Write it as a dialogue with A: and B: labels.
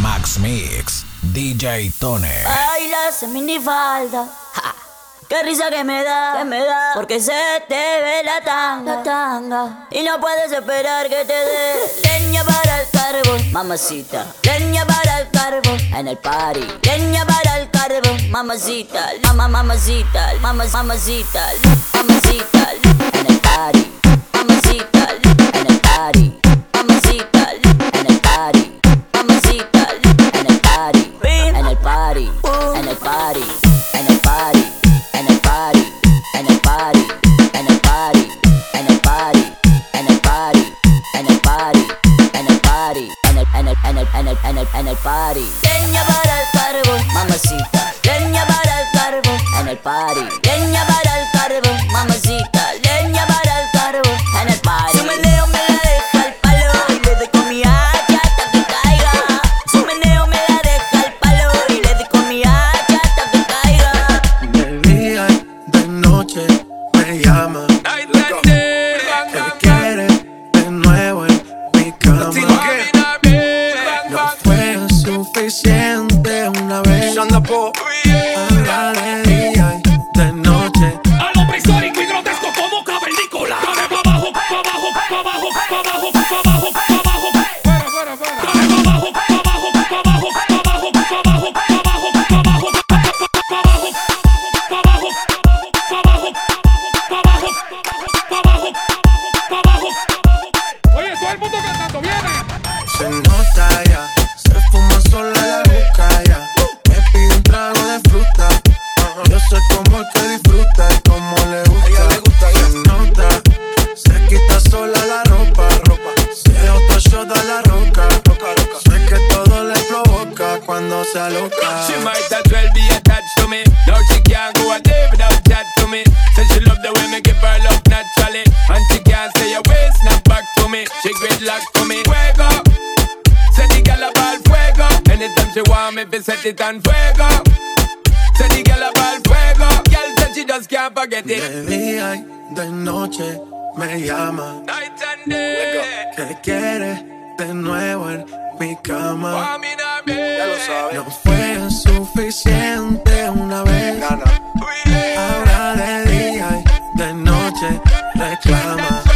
A: Max Mix, DJ Tone.
B: Bailas en minifalda. Ja. Qué risa que me da, que me da, porque se te ve la tanga, la tanga. Y no puedes esperar que te dé leña para el carbón, mamacita. Leña para el carbón en el party. Leña para el carbón, mamacita, mama, mamacita, mama, mamacita, mamacita en el party. Mamacita en el party. Mamacita en el party. Mamacita en el party. En el party. En el party. En el party. En el party. En el party. En el party. En el party. En el party. En el party. En el party. En el en el en el en el en el en el party. Leña para el carbón, mamacita. Leña para el carbón. En el party. Leña para el carbón, mamacita. Leña para el carbón. En el party. Su meneo me la deja al palo y le doy con mi hacha hasta que caiga. Su meneo me la deja al palo y le doy con mi hacha hasta que caiga.
C: De día y de noche me llama. Que quiere de nuevo en mi cama. No fue suficiente una vez. Ahora de día y de noche.
D: A lo prehistórico y grotesco como cavernícola. Dame pa' abajo, pa' abajo, pa' abajo, pa' abajo, pa' abajo, pa' abajo. Dame pa' abajo, pa' abajo, pa' abajo, pa' abajo, pa' abajo, pa' abajo, pa' abajo, pa' abajo, pa' abajo, pa' abajo, pa' abajo, pa' abajo, pa' abajo, pa' abajo. Oye, todo el mundo cantando, viene.
C: Se nota ya. Se fuma sola la boca ya. Me pide un trago de fruta. Yo sé cómo es que disfruta y cómo le gusta. Se nota. Se quita sola la ropa. Se otro shot a la roca. Sé que todo le provoca cuando se aloca.
E: She might as well be attached to me. Now she can't go a day without chat to me. Said she love the way me give her love naturally. And she can't stay away, snap back to me. She great luck to me. Fuego. Said the gal a ball fuego. Anytime she want me, be set it on fuego. Said the gal a ball fuego. Girl said she just can't forget it.
C: De día y de noche me llama.
E: Night and day.
C: Que quiere de nuevo en mi cama.
E: Warm in her bed.
C: No fue suficiente una vez. Ahora de día y de noche reclama.